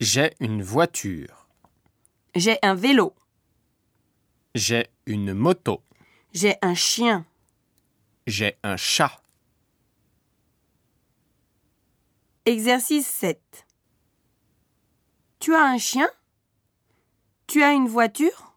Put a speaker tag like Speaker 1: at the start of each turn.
Speaker 1: J'ai une voiture.
Speaker 2: J'ai un vélo.
Speaker 1: J'ai une moto.
Speaker 2: J'ai un chien.
Speaker 1: J'ai un chat.
Speaker 2: Exercice 7. Tu as un chien Tu as une voiture